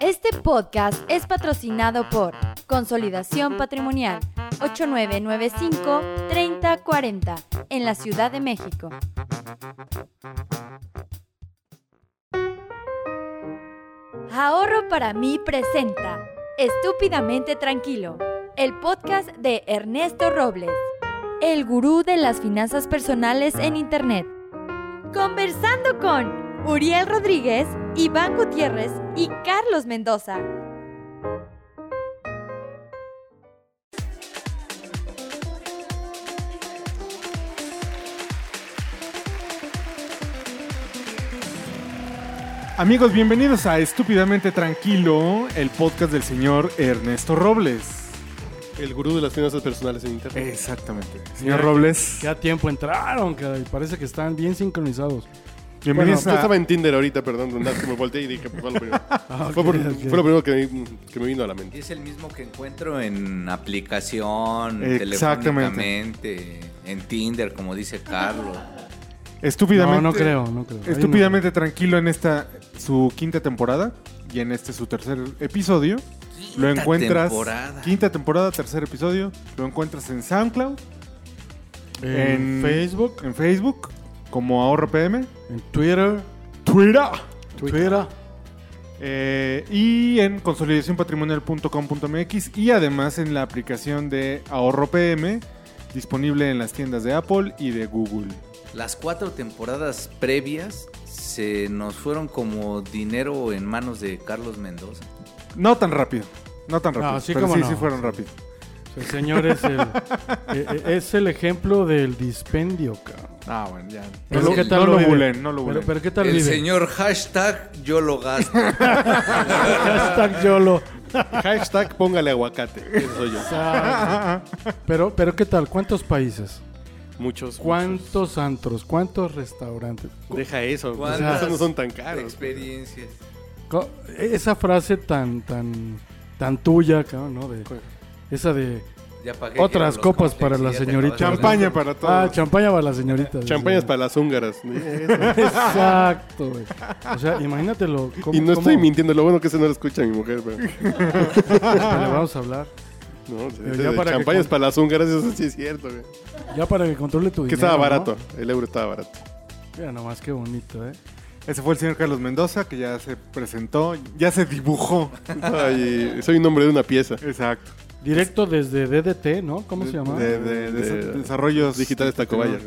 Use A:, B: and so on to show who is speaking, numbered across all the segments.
A: Este podcast es patrocinado por Consolidación Patrimonial 8995-3040 en la Ciudad de México. Ahorro para mí presenta Estúpidamente Tranquilo, el podcast de Ernesto Robles, el gurú de las finanzas personales en Internet. Conversando con Uriel Rodríguez, Iván Gutiérrez y Carlos Mendoza.
B: Amigos, bienvenidos a Estúpidamente Tranquilo, el podcast del señor Ernesto Robles.
C: El gurú de las finanzas personales en
D: Eh,
C: internet.
B: Exactamente. Señor Robles,
D: Que a tiempo entraron, caray. Parece que están bien sincronizados.
C: Bueno,
B: bienvenidos
C: yo
B: a...
C: estaba en Tinder ahorita, perdón, un dato que me volteé y dije, pues, fue lo primero,
D: Ah,
C: fue por-
D: ok, ok.
C: fue lo primero que, que me vino a la mente.
E: Es el mismo que encuentro en aplicación,
B: Exactamente.
E: telefónicamente, en Tinder, como dice Carlos.
B: Estúpidamente...
D: No, no creo, no creo. Ahí no
B: Estúpidamente Tranquilo en esta, su quinta temporada y en este su tercer episodio. lo
E: Quinta
B: encuentras...
E: temporada.
B: Quinta temporada, tercer episodio. Lo encuentras en SoundCloud,
D: creo. En,
B: en-
D: Facebook,
B: en Facebook, como Ahorro PM.
D: en Twitter,
B: Twitter.
D: Twitter.
B: Eh, y en consolidacionpatrimonial.com.mx y además en la aplicación de Ahorro PM disponible en las tiendas de Apple y de Google.
E: Las cuatro temporadas previas se nos fueron como dinero en manos de Carlos Mendoza.
B: No tan rápido, no tan rápido,
D: sí,
B: pero
D: cómo
B: sí,
D: no.
B: sí fueron rápido.
D: El señor es el, eh, eh, es el ejemplo del dispendio, cabrón.
B: Ah, bueno, ya. No
D: Pero
B: lo,
D: ¿qué
B: no
D: tal lo
B: lo
D: vive?
B: bulen, no lo
D: Pero,
B: bulen.
D: pero ¿qué tal
E: El
D: vive?
E: señor hashtag yo lo gasto.
D: Hashtag YOLO.
C: Hashtag póngale aguacate, eso soy yo.
D: Ah, pero, pero ¿qué tal? ¿Cuántos países?
C: Muchos. muchos.
D: ¿Cuántos antros? ¿Cuántos restaurantes?
C: Deja eso, pues,
E: ¿Cuántas
C: esos no son tan caros.
E: Experiencias.
D: Co- e, Esa frase tan, tan, tan tuya, cabrón, ¿no? De, esa de
E: Ya pagué
D: Otras
E: ya los
D: copas para la
E: ya te
D: señorita.
E: acabas de-
B: Champaña para todos.
D: Ah, champaña para las señoritas.
C: Champañas
D: Sí.
C: para las húngaras.
D: Exacto, güey. O sea, imagínatelo. ¿cómo-
C: Y no estoy
D: cómo-
C: mintiendo, lo bueno que se no lo escucha mi mujer, pero...
D: Le vamos a hablar.
C: No,
D: Pero
C: ese
D: ya
C: de
D: para que
C: champañas
D: con-
C: para las húngaras, eso sí es cierto, güey.
D: Ya para que controle tu dinero.
C: Que estaba
D: ¿no?
C: barato, el euro estaba barato.
D: Mira nomás qué bonito, ¿eh?
B: Ese fue el señor Carlos Mendoza que ya se presentó, ya se dibujó.
C: Ay, soy un hombre de una pieza.
B: Exacto.
D: Directo desde DDT, ¿no? ¿Cómo se llama?
B: De, de- de-
C: De-
B: desarrollos este,
C: Digitales
D: Este,
C: Tacobaya.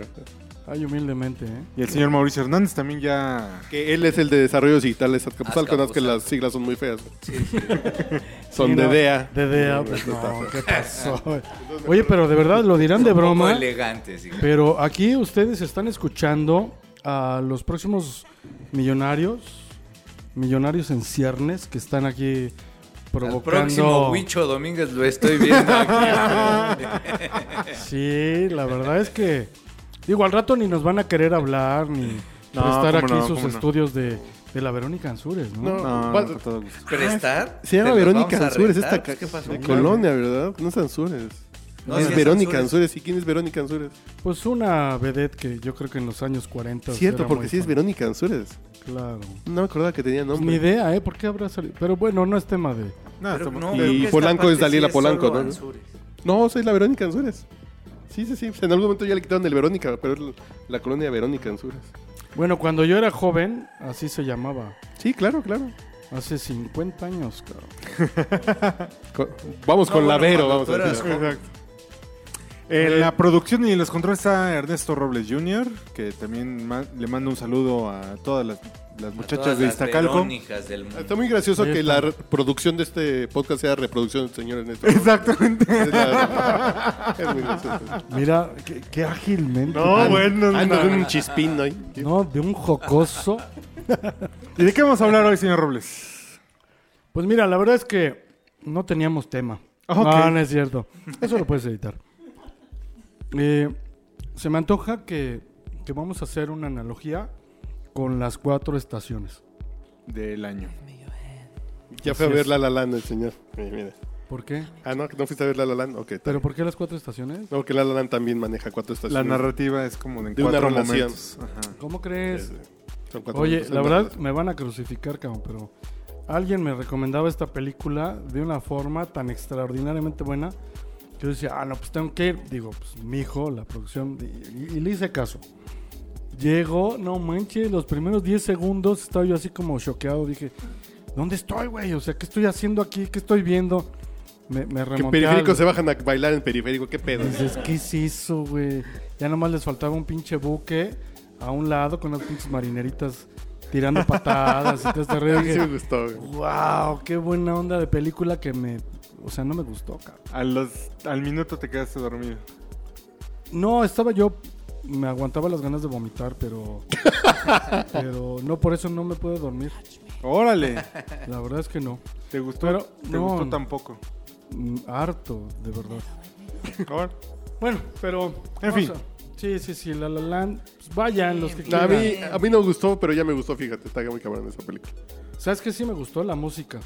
D: Ay, humildemente, ¿eh?
B: Y el señor Mauricio Hernández también ya
C: Que él es el de desarrollos digitales Azcapotzalco, no es que
E: Azcapotzalco.
C: las siglas son muy feas.
E: pues, Sí, sí.
C: Son
D: Sí,
C: de
D: no,
C: DEA.
D: DDA.
C: No,
D: pues,
C: no, no,
D: no, ¿qué pasó? güey? Oye, pero de verdad, lo dirán de
E: Un poco
D: broma.
E: elegantes, digamos.
D: Pero aquí ustedes están escuchando a los próximos millonarios, millonarios en ciernes que están aquí
E: Al
D: provocando.
E: próximo Huicho Domínguez lo estoy viendo aquí.
D: Sí, la verdad es que. Digo, al rato ni nos van a querer hablar, ni
B: No,
D: prestar
B: cómo
D: aquí
B: no,
D: sus
B: cómo no.
D: estudios de, de la Verónica Ansures, ¿no?
C: No.
B: No, no,
C: ¿Cuál-
B: con todo
E: Ah,
B: gusto.
E: ¿Prestar?
C: Se llama
E: ¿Te los
C: Verónica
E: vamos a
C: Ansures
E: rentar?
C: esta ca-
E: ¿Qué pasó?
C: de colonia, ¿verdad? No es Ansures.
E: No,
C: es
E: sí es
C: Verónica
E: Ansures.
C: Ansures. ¿Y quién es Verónica Ansures?
D: Pues una vedette que yo creo que en los años 40.
C: Cierto,
D: era
C: porque
D: muy
C: sí es
D: fan.
C: Verónica Ansures.
D: Claro.
C: No me acordaba que tenía
D: Pues ni
C: nombre.
D: idea, ¿eh? ¿Por qué habrá salido? Pero bueno, no es tema de.
B: No,
E: Pero
B: estamos-
E: no,
B: Ah, y-
E: creo que esta
C: Polanco
E: parte
C: es Dalila
E: sí
C: Polanco,
E: solo
C: ¿no?
E: Ansures.
C: No, soy la Verónica Ansures. Sí, sí, sí. pues En algún momento ya le quitaron el Verónica, pero es la- la colonia Verónica Ansures.
D: Bueno, cuando yo era joven, así se llamaba.
C: Sí, claro, claro.
D: Hace 50 años, cabrón.
C: Co- vamos
E: No,
C: con
E: bueno,
C: la Vero,
E: cuando
C: vamos
E: tú
C: a
E: eras
C: decir.
E: joven.
B: Exacto. En Eh, la producción y en los controles está Ernesto Robles Jr., que también ma- le mando un saludo a todas las, las
E: A
B: muchachas
E: todas
B: de
E: las
B: Iztacalco.
E: Verónicas del mundo.
C: Está muy gracioso
D: Ahí
C: que
D: está.
C: la re- producción de este podcast sea reproducción del señor Ernesto.
B: Exactamente.
C: Es la- es muy gracioso.
D: Mira, qué, qué ágilmente. Ah,
B: No, bueno.
C: Ando
B: no.
C: de un chispín ahí.
D: No, de un jocoso.
B: ¿Y de qué vamos a hablar hoy, señor Robles?
D: Pues mira, la verdad es que no teníamos tema.
B: Ok.
D: No, no es cierto. Eso lo puedes editar. Eh, se me antoja que, que vamos a hacer una analogía con las cuatro estaciones.
B: Del año.
C: Ya fue a
D: Así
C: ver
D: es.
C: La La Land el señor. Mira, mira.
D: ¿Por qué?
C: Ah, no, que no fuiste a ver La La Land. Ok, está
D: ¿Pero
C: bien.
D: por qué las cuatro estaciones?
C: No, que La La Land también maneja cuatro
B: La
C: estaciones.
B: narrativa es como en
C: Pues De una
B: cuatro
C: relación.
B: momentos. Ajá.
D: ¿Cómo crees?
C: eh, Son cuatro
D: Oye,
C: minutos.
D: la verdad me van a crucificar, cabrón, pero alguien me recomendaba esta película de una forma tan extraordinariamente buena que yo decía, ah, no, pues tengo que ir. Digo, pues mi hijo, la producción, y, y- y le hice caso. Llegó, no manches, los primeros 10 segundos estaba yo así como choqueado. Dije, ¿dónde estoy, güey? O sea, ¿qué estoy haciendo aquí? ¿Qué estoy viendo? Me, me
C: Que
D: remonté
C: periféricos
D: al-
C: se bajan a bailar en periférico, qué pedo.
D: Dices, ¿qué es eso, güey? Ya nomás les faltaba un pinche buque a un lado con unas pinches marineritas tirando patadas y todo este rollo.
C: Sí me
D: Dije,
C: gustó, güey.
D: wow, qué buena onda de película que me... O sea, no me gustó, cabrón.
B: A los- al minuto te quedaste dormido.
D: No, estaba yo... Me aguantaba las ganas de vomitar, pero... pero no, por eso no me pude dormir.
B: Órale,
D: La verdad es que no.
B: te gustó,
D: Pero,
B: te
D: no.
B: gustó tampoco.
D: Mm, Harto, de verdad.
B: Ahora,
D: Bueno, pero...
B: En fin.
D: vamos a- Sí, sí, sí, La La Land. pues vayan los que
E: No,
C: No, a,
D: quieran.
C: mí, a mí no me gustó, pero ya me gustó, fíjate. Está muy cabrón esa película.
D: ¿Sabes qué? Sí me gustó la música.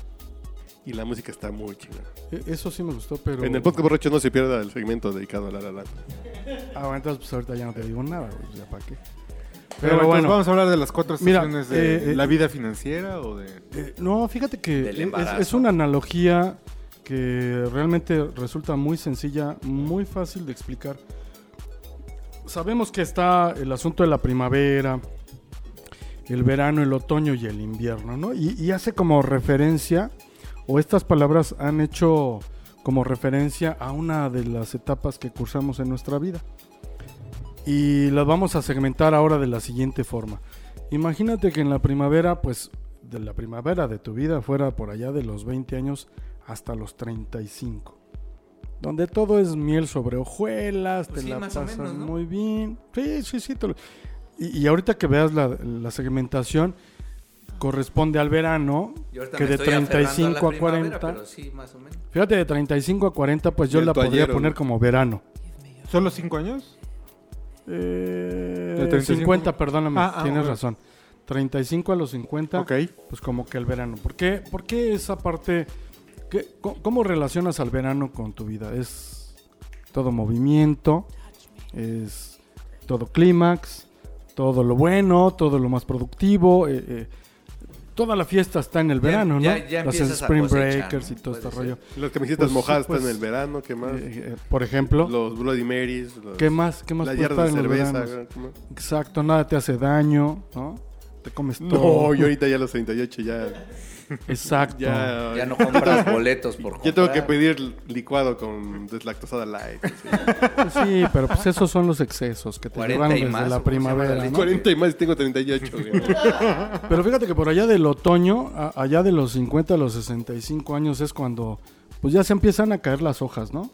C: Y la música está muy chingada.
D: E- Eso sí me gustó, pero.
C: En el podcast borracho no se pierda el segmento dedicado a la la la.
D: Ah, bueno, entonces pues ahorita ya no te digo nada, güey, pues, ya para qué. Pero,
B: Pero, entonces,
D: bueno.
B: vamos a hablar de las cuatro
D: Mira,
B: estaciones de
D: eh, eh,
B: la vida financiera o de...
D: eh, no, fíjate que e-,
E: Del
D: es-
E: embarazo.
D: es una analogía que realmente resulta muy sencilla, muy fácil de explicar. Sabemos que está el asunto de la primavera, el verano, el otoño y el invierno, ¿no? Y, y hace como referencia, o estas palabras han hecho como referencia a una de las etapas que cursamos en nuestra vida. Y las vamos a segmentar ahora de la siguiente forma. Imagínate que en la primavera, pues de la primavera de tu vida fuera por allá de los 20 años hasta los 35. Donde todo es miel sobre hojuelas,
E: Pues
D: te
E: sí,
D: la
E: más o
D: pasas
E: menos, ¿no?
D: muy bien. Sí, sí, sí. te lo- Y, y ahorita que veas la, la segmentación, corresponde al verano,
E: Yo ahorita
D: que
E: me
D: de
E: estoy aferrando
D: 35 a,
E: la primavera,
D: 40.
E: Pero sí, más o menos.
D: Fíjate, de 35 a 40, pues yo
C: Y el
D: la podría
C: toallero,
D: poner
C: güey.
D: como verano.
B: ¿Solo cinco años?
D: Eh,
B: 35?
D: 50, perdóname,
B: Ah, ah,
D: tienes
B: ok.
D: razón. 35 a los 50,
B: Ok.
D: pues como que el verano. ¿Por qué, por qué esa parte? qué- co- ¿Cómo relacionas al verano con tu vida? Es todo movimiento, es todo clímax, todo lo bueno, todo lo más productivo. eh, eh, toda la fiesta está en el
E: Ya-
D: verano,
E: ya-
D: ¿no?
E: ya
D: Las
E: empiezas a
D: Spring
E: cosechar,
D: Breakers
E: ¿no?
D: y todo este
E: Puede
D: rollo.
E: ser.
C: Las camisetas
D: Pues,
C: mojadas
D: pues,
C: están en el verano, ¿qué más?
D: Eh, eh, por ejemplo,
C: los Bloody Marys. los-
D: ¿qué más? ¿Qué más
C: La
D: puede
C: yarda de
D: estar en el
C: cerveza.
D: verano?
C: güey, ¿qué más?
D: Exacto, nada te hace daño, ¿no? Te comes todo.
C: No, yo ahorita ya a los 38 ya...
D: Exacto.
C: Ya,
E: Ya no compras boletos por
C: Ya tengo que
E: comprar.
C: pedir licuado con deslactosada light. así.
D: Sí, pero pues esos son los excesos que te
E: 40
D: llevan
E: y
D: desde
E: más,
D: la
E: o como se llama la
D: primavera, ¿no?
E: lista.
C: 40 y más y tengo 38, güey.
D: Pero fíjate que por allá del otoño, a- allá de los 50 a los 65 años es cuando pues ya se empiezan a caer las hojas, ¿no?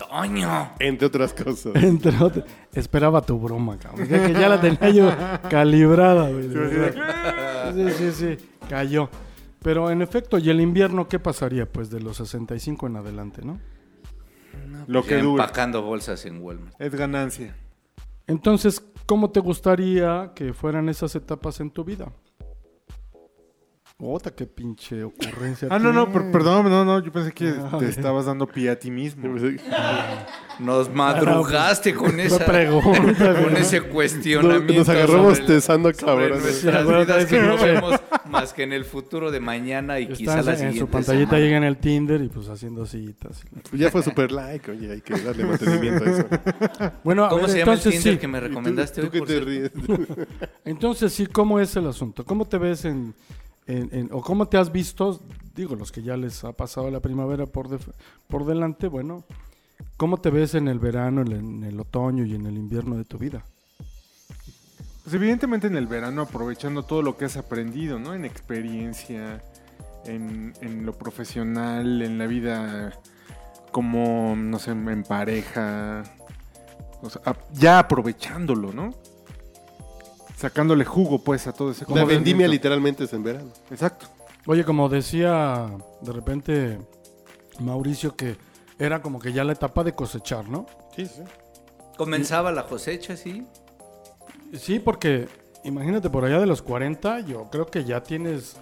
E: ¡Otoño!
C: Entre otras cosas.
E: Pues,
D: Entre otras. Esperaba tu broma, cabrón. Ya que ya la tenía yo calibrada, güey. de verdad. Sí, sí, sí. Cayó. Pero en efecto, ¿y el invierno qué pasaría? Pues de los 65 en adelante, ¿no?
B: Lo
E: Ya
B: que dura.
E: Empacando bolsas en Walmart.
B: Es ganancia.
D: Entonces, ¿cómo te gustaría que fueran esas etapas en tu vida? Otra, qué pinche ocurrencia.
B: Ah, no, no,
D: tienes.
B: per- perdón, no, no, yo pensé que
D: Ah, ok.
B: te estabas dando pie a ti mismo.
E: Nos
D: Ah,
E: madrugaste con esa
D: pregunta,
E: con
D: güey.
E: ese
C: Nos,
E: cuestionamiento.
C: nos agarramos
E: sobre-
C: tesando
E: sobre
C: cabrón.
E: nuestras
D: Sí,
E: vidas que no
D: sí.
E: vemos más que en el futuro de mañana y quizá
D: Estás
E: la
D: en
E: siguiente.
D: su pantallita
E: semana.
D: llega en el Tinder y pues haciendo citas.
C: Pues Ya fue super like, oye, hay que darle mantenimiento a eso.
D: Bueno, a
E: ¿Cómo
D: ver,
E: se llama el
D: entonces
E: Tinder
D: sí.
E: que me recomendaste
C: ¿Tú,
E: hoy?
C: tú que
E: por
C: te
E: cierto?
C: ríes?
D: Entonces sí, ¿cómo es el asunto? ¿Cómo te ves en, en- en- o cómo te has visto? Digo, los que ya les ha pasado la primavera por, def- por delante, bueno, ¿cómo te ves en el verano, en el- en el otoño y en el invierno de tu vida?
B: Pues evidentemente en el verano aprovechando todo lo que has aprendido, ¿no? En experiencia, en, en lo profesional, en la vida como, no sé, en pareja. O sea, ap- ya aprovechándolo, ¿no? Sacándole jugo, pues, a todo ese...
C: La vendimia
B: conocimiento.
C: literalmente es en verano.
B: Exacto.
D: Oye, como decía de repente Mauricio que era como que ya la etapa de cosechar, ¿no?
C: Sí, sí.
E: Comenzaba la cosecha, sí.
D: Sí, porque imagínate por allá de los 40, yo creo que ya tienes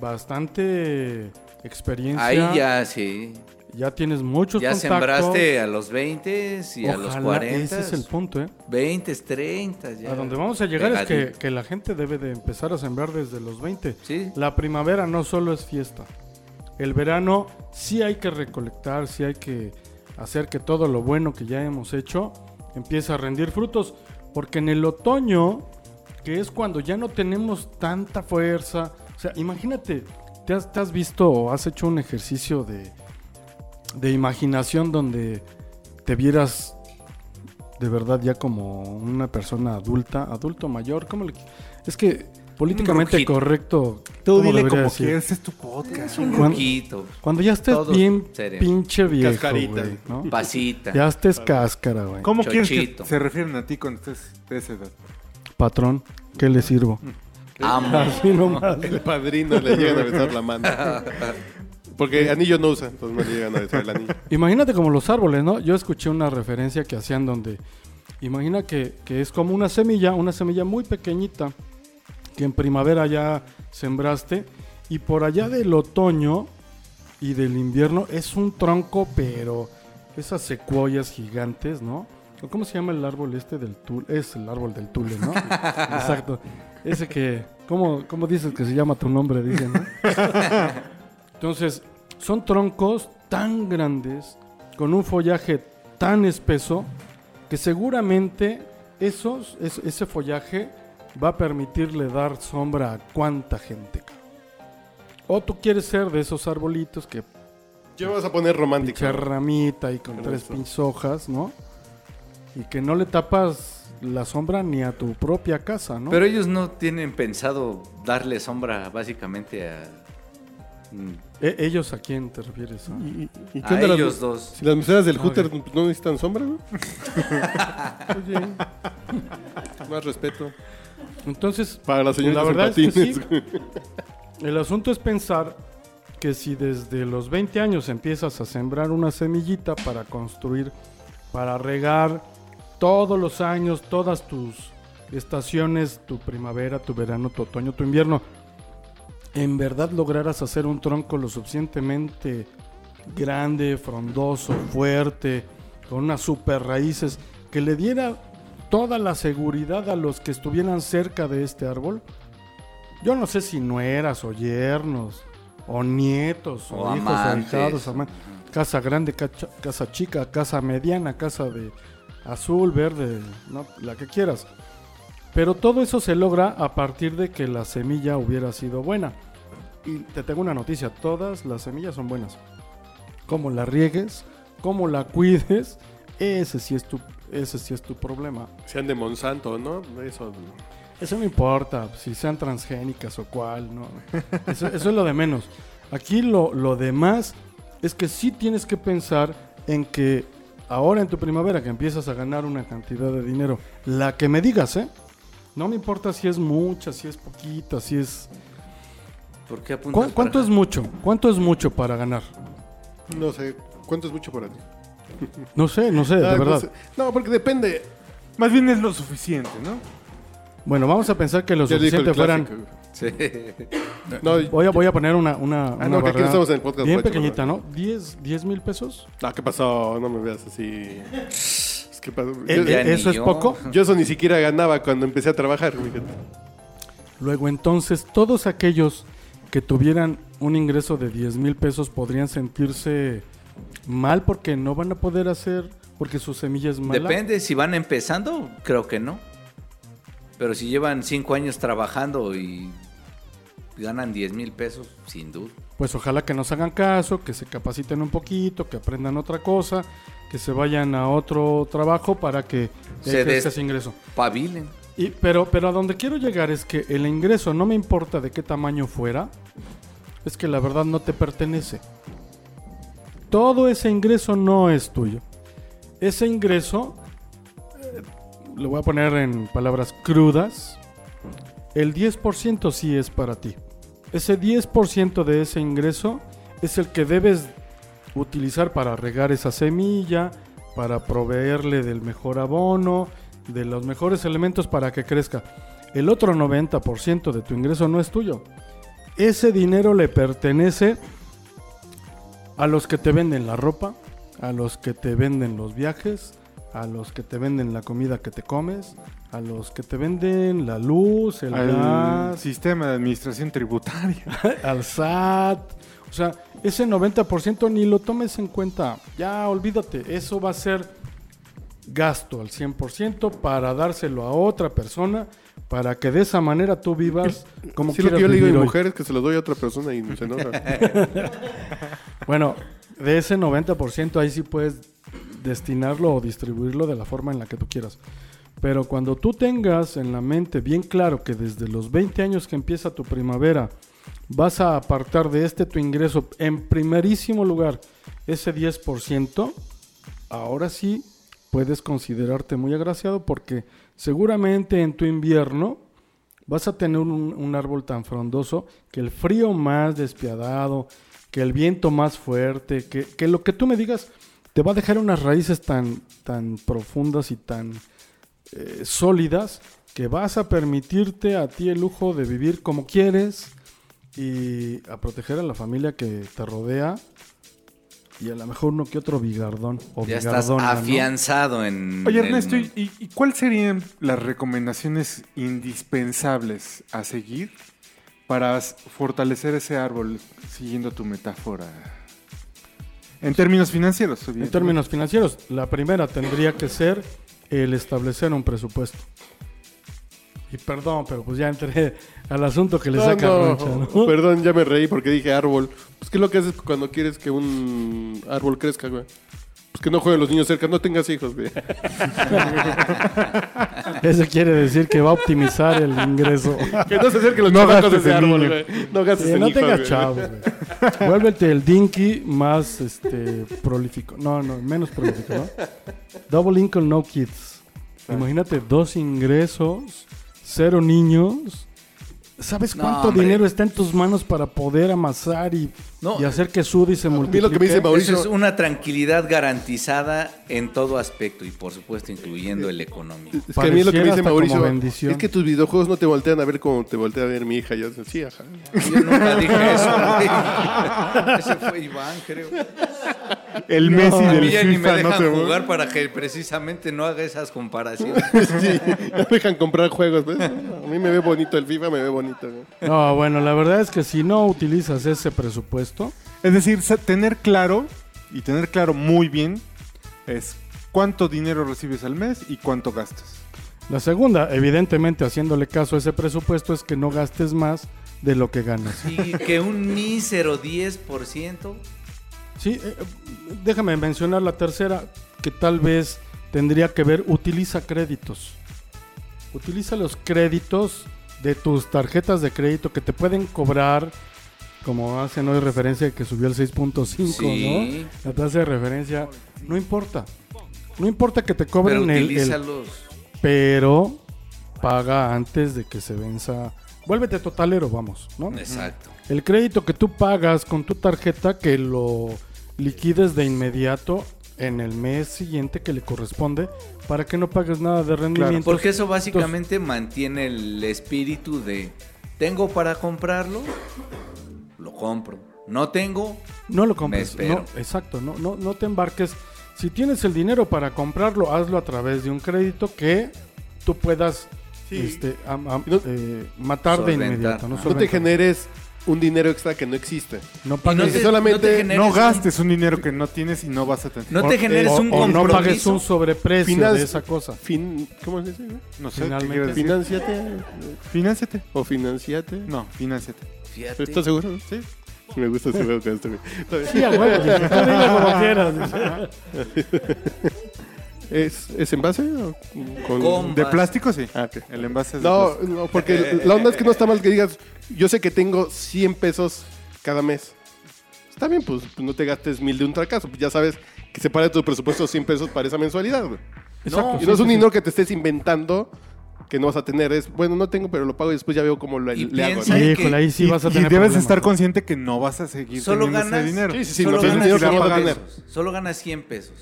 D: bastante experiencia.
E: Ahí ya, sí.
D: Ya tienes muchos
E: Ya
D: contactos.
E: sembraste a los 20 y a los
D: Ojalá,
E: 40.
D: Ese es el punto, ¿eh?
E: 20, 30. Ya.
D: A donde vamos a llegar es
E: Pegadito.
D: que, que la gente debe de empezar a sembrar desde los 20.
E: Sí.
D: La primavera no solo es fiesta. El verano sí hay que recolectar, sí hay que hacer que todo lo bueno que ya hemos hecho empiece a rendir frutos. Porque en el otoño, que es cuando ya no tenemos tanta fuerza. O sea, imagínate, te has, te has visto o has hecho un ejercicio de, de imaginación donde te vieras de verdad ya como una persona adulta, adulto mayor, ¿cómo le qui- Es que políticamente
E: ruquito.
D: correcto.
B: Tú
D: ¿cómo
B: dile
D: debería
B: como
D: decir?
B: quieres, este es tu podcast.
E: Un
D: Cuando-
E: ruquito,
D: Cuando ya estés
E: Todos
D: bien
E: seremos.
D: pinche viejo,
C: Cascarita.
D: güey, ¿no?
E: pasita.
D: Ya estés cáscara, güey.
B: ¿Cómo quieres
E: Chochito.
B: que se refieren a ti cuando estés de esa edad?
D: Patrón, ¿qué le sirvo?
B: Mm.
E: Amo.
D: Así nomás.
C: El padrino le llegan a besar la mano. Porque anillo no usa, entonces no le llegan a besar el anillo.
D: Imagínate como los árboles, ¿no? Yo escuché una referencia que hacían donde imagina que, que es como una semilla, una semilla muy pequeñita que en primavera ya sembraste y por allá del otoño y del invierno es un tronco, pero esas secuoyas gigantes, ¿no? ¿O ¿Cómo se llama el árbol este del tul? Es el árbol del tule, ¿no? Exacto. Ese que, ¿cómo, cómo dices que se llama tu nombre? Dicen, ¿no? Entonces, son troncos tan grandes, con un follaje tan espeso, que seguramente esos, es- ese follaje va a permitirle dar sombra a cuánta gente. cabrón. O tú quieres ser de esos arbolitos que
C: Yo vas a poner romántico.
D: pinche ramita y con
C: Qué
D: tres
C: hermoso.
D: pinches hojas, ¿no? Y que no le tapas la sombra ni a tu propia casa, ¿no?
E: Pero ellos no tienen pensado darle sombra básicamente a, mm,
D: E- ¿Ellos a quién te refieres? ah?
C: ¿Y, y
E: a
C: qué onda
E: ellos
C: las,
E: dos.
C: Si las mujeres del
D: Ah,
C: Hooter
D: ok.
C: no necesitan sombra, ¿no? Oye. Más respeto.
D: Entonces,
C: Para Pues la señora
D: Pues La verdad es que
C: patines.
D: El asunto es pensar que si desde los 20 años empiezas a sembrar una semillita para construir, para regar todos los años, todas tus estaciones, tu primavera, tu verano, tu otoño, tu invierno, en verdad lograras hacer un tronco lo suficientemente grande, frondoso, fuerte, con unas super raíces, que le diera toda la seguridad a los que estuvieran cerca de este árbol, yo no sé si nueras o yernos o nietos o,
E: O
D: hijos
E: amantes.
D: o hijados, ama- casa grande, cacha- casa chica, casa mediana, casa de azul, verde, ¿no? la que quieras. Pero todo eso se logra a partir de que la semilla hubiera sido buena. Y te tengo una noticia, todas las semillas son buenas. Cómo la riegues, cómo la cuides, ese sí es tu, ese sí es tu problema.
C: Sean de Monsanto, ¿no? Eso.
D: Eso no importa, si sean transgénicas o cuál, no. Eso, eso es lo de menos. Aquí lo, lo demás es que sí tienes que pensar en que ahora en tu primavera que empiezas a ganar una cantidad de dinero, la que me digas, ¿eh? No me importa si es mucha, si es poquita, si es...
E: ¿Por qué apuntas
D: ¿Cu-
E: para
D: ¿Cuánto
E: acá?
D: es mucho? ¿Cuánto es mucho para ganar?
C: No sé. ¿Cuánto es mucho para ti?
D: No sé, no sé,
C: Ah,
D: de
C: no
D: verdad.
C: sé. No, porque depende.
B: Más bien es lo suficiente, ¿no?
D: Bueno, vamos a pensar que lo
C: Ya dijo el
D: suficiente fueran...
C: clásico.
E: Sí.
C: No,
D: Voy a, voy a poner una, una,
C: Ah,
D: una
C: no, que aquí
D: barrera
C: estamos en el podcast,
D: bien
C: guacho,
D: pequeñita, ¿no? ¿10 10 mil pesos?
C: no, Ah, ¿qué pasó? No me veas así. Es que pasó.
D: Eh,
C: Yo-
E: Ya
D: eh,
E: ni
D: ¿Eso es
E: yo.
D: poco?
C: Yo eso ni siquiera ganaba cuando empecé a trabajar. fíjate.
D: Luego entonces todos aquellos que tuvieran un ingreso de 10 mil pesos podrían sentirse mal porque no van a poder hacer, porque su semilla es mala.
E: Depende, si van empezando, creo que no. Pero si llevan cinco años trabajando y ganan 10 mil pesos, sin duda.
D: Pues ojalá que nos hagan caso, que se capaciten un poquito, que aprendan otra cosa, que se vayan a otro trabajo para que
E: Se
D: eh, crezca
E: des-
D: ese ingreso.
E: Pabilen.
D: Y- pero, pero a donde quiero llegar es que el ingreso, no me importa de qué tamaño fuera, es que la verdad no te pertenece. Todo ese ingreso no es tuyo. Ese ingreso, eh, lo voy a poner en palabras crudas, el 10% sí es para ti. Ese 10% de ese ingreso es el que debes utilizar para regar esa semilla, para proveerle del mejor abono, de los mejores elementos para que crezca. El otro 90% de tu ingreso no es tuyo. Ese dinero le pertenece a los que te venden la ropa, a los que te venden los viajes, a los que te venden la comida que te comes, a los que te venden la luz, el
B: Al
D: gas,
B: sistema de administración tributaria.
D: al SAT. O sea, ese 90% ni lo tomes en cuenta. Ya olvídate, eso va a ser gasto al 100% para dárselo a otra persona para que de esa manera tú vivas como
C: Sí, lo que
D: quieras
C: yo le digo a
D: vivir
C: mi
D: hoy.
C: mujer es que se lo doy a otra persona y se enoja.
D: Bueno, de ese 90% ahí sí puedes destinarlo o distribuirlo de la forma en la que tú quieras. Pero cuando tú tengas en la mente bien claro que desde los 20 años que empieza tu primavera vas a apartar de este tu ingreso en primerísimo lugar ese 10%, ahora sí puedes considerarte muy agraciado porque seguramente en tu invierno vas a tener un, un árbol tan frondoso que el frío más despiadado, que el viento más fuerte, que, que lo que tú me digas te va a dejar unas raíces tan, tan profundas y tan eh, sólidas que vas a permitirte a ti el lujo de vivir como quieres y a proteger a la familia que te rodea y a lo mejor uno que otro bigardón o
E: Ya estás
D: bigardona, ¿no?
E: afianzado en.
B: Oye,
E: en-
B: Ernesto, ¿y, y- y cuáles serían las recomendaciones indispensables a seguir para s- fortalecer ese árbol, siguiendo tu metáfora? En términos financieros,
D: En
B: evidentemente.
D: términos financieros, la primera tendría que ser el establecer un presupuesto. Y perdón, pero pues ya entré al asunto que le saca
C: No, no,
D: roncha, ¿no?
C: Perdón, ya me reí porque dije árbol. Pues, ¿qué es lo que haces cuando quieres que un árbol crezca, güey? Pues que no jueguen los niños cerca, no tengas hijos, güey.
D: Eso quiere decir que va a optimizar el ingreso.
C: Que no se acerquen los
B: No
C: chamacos a
B: gastes
C: ese
B: en
C: árbol,
B: niño.
C: güey. Eh, No gastes
D: Sí,
C: en
D: Eh, no
C: hijos,
D: tengas
C: güey.
D: chavos, güey. Vuélvete el dinky más este, prolífico. No, no, menos prolífico, ¿no? Double income, no kids. Imagínate dos ingresos, cero niños. ¿Sabes
E: No,
D: cuánto
E: hombre.
D: dinero está en tus manos para poder amasar y,
E: No.
D: y hacer que sude y se
C: Mira lo que me
D: multiplique?
C: dice Mauricio.
E: Eso es una tranquilidad garantizada en todo aspecto y por supuesto incluyendo el económico.
C: Es que a mí lo que me
D: Pareciera
C: dice
D: hasta como
C: Mauricio
D: bendición.
C: es que tus videojuegos no te voltean a ver como te voltea a ver mi hija. Yo sí, ajá.
E: Yo nunca dije eso. güey. Ese fue Iván, creo.
B: El
E: A
B: Messi
E: mí
B: del
E: ya ni me
B: FIFA no
E: dejan
B: te
E: jugar para que precisamente no haga esas comparaciones.
C: Sí, no me dejan comprar juegos. pues. A mí me ve bonito el FIFA, me ve bonito. güey.
D: No, bueno, la verdad es que si no utilizas ese presupuesto,
B: Es decir, sa- tener claro y tener claro muy bien es cuánto dinero recibes al mes y cuánto gastas.
D: La segunda, evidentemente haciéndole caso a ese presupuesto, es que no gastes más de lo que ganas.
E: Y que un mísero 10%.
D: Sí, eh, eh, déjame mencionar la tercera, que tal vez tendría que ver, utiliza créditos. Utiliza los créditos de tus tarjetas de crédito que te pueden cobrar, como hacen hoy referencia que subió el 6.5,
E: Sí.
D: ¿no? La tasa de referencia, no importa. No importa que te
E: Pero
D: cobren el- el,
E: utilízalos.
D: pero paga antes de que se venza. Vuélvete totalero, vamos, ¿no?
E: Exacto.
D: El crédito que tú pagas con tu tarjeta que lo liquides de inmediato en el mes siguiente que le corresponde para que no pagues nada de rendimiento.
E: Porque eso básicamente mantiene el espíritu de tengo para comprarlo, lo compro. No tengo,
D: No lo compres.
E: Me espero.
D: no, exacto, no, no, no te embarques. Si tienes el dinero para comprarlo, hazlo a través de un crédito que tú puedas este, am- am-
C: Y no-
D: eh, matar de
E: Solventar,
D: inmediato. No,
E: ajá.
C: No te
D: Solventar.
C: generes un dinero extra que no existe.
D: No
E: y no
D: pagues-
E: te,
C: solamente
E: no te generes
B: No
E: un-
B: gastes un dinero que no tienes y no vas a tener.
E: No te generes
D: o,
E: un
D: o
E: compromiso.
D: no pagues un sobreprecio
C: Finan-
D: de esa cosa.
C: Fin, ¿Cómo se dice? güey?
B: No sé,
D: Finalmente.
B: ¿qué quieres decir?
C: Financiate.
B: Finánciate.
C: O financiate.
B: No, finánciate.
E: Fíjate.
C: ¿Estás seguro? Sí. Me gusta ese juego con esto, güey. Está bien.
D: Sí, a huevo, dices, tú dilo como quieras.
C: ¿Es, ¿Es en base o con...?
E: Con-
B: ¿De
E: Vas.
B: plástico? Sí.
C: Ah, ok.
B: El envase es de
C: No,
B: plástico.
C: no, porque la onda es que no está mal que digas, yo sé que tengo 100 pesos cada mes. Está bien, pues pues no te gastes mil de un fracaso. Pues ya sabes que se para tu presupuesto 100 pesos para esa mensualidad. güey.
D: Exacto,
C: y
D: sí,
C: no es un
D: sí, sí.
C: dinero que te estés inventando que no vas a tener. Es, bueno, no tengo, pero lo pago y después ya veo cómo lo,
E: Y
C: le hago.
E: piensa-
C: ¿no?
E: Sí,
D: Híjole, ahí sí
B: y,
D: vas a
B: y
D: tener
B: debes
D: problemas.
B: estar consciente que no vas a seguir
E: Solo
B: teniendo
E: ganas-
B: ese dinero.
C: Sí, sí, sí,
E: solo
C: no, es
E: ganas
C: dinero que
E: 100
C: no vas a
E: pesos.
C: ganar.
E: Solo ganas 100 pesos.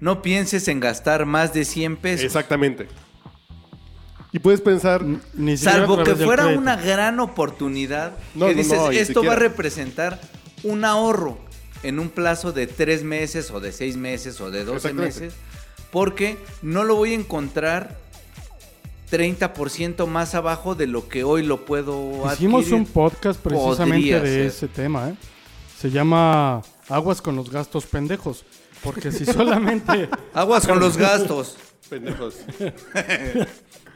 E: No pienses en gastar más de 100 pesos.
C: Exactamente. Y puedes pensar,
D: Ni siquiera a
E: Salvo que
D: través del
E: fuera
D: crédito.
E: una gran oportunidad
C: No,
E: que
C: no,
E: dices,
C: no, ni
E: esto va a
C: siquiera".
E: representar un ahorro en un plazo de tres meses o de seis meses o de 12
C: Exactamente.
E: meses, porque no lo voy a encontrar 30% más abajo de lo que hoy lo puedo
D: Hicimos un
E: adquirir.
D: podcast precisamente
E: Podría
D: de
E: ser.
D: ese tema, ¿eh? Se llama Aguas con los gastos pendejos. Porque si solamente.
E: Aguas con
D: Ah,
E: los gastos.
C: Pendejos.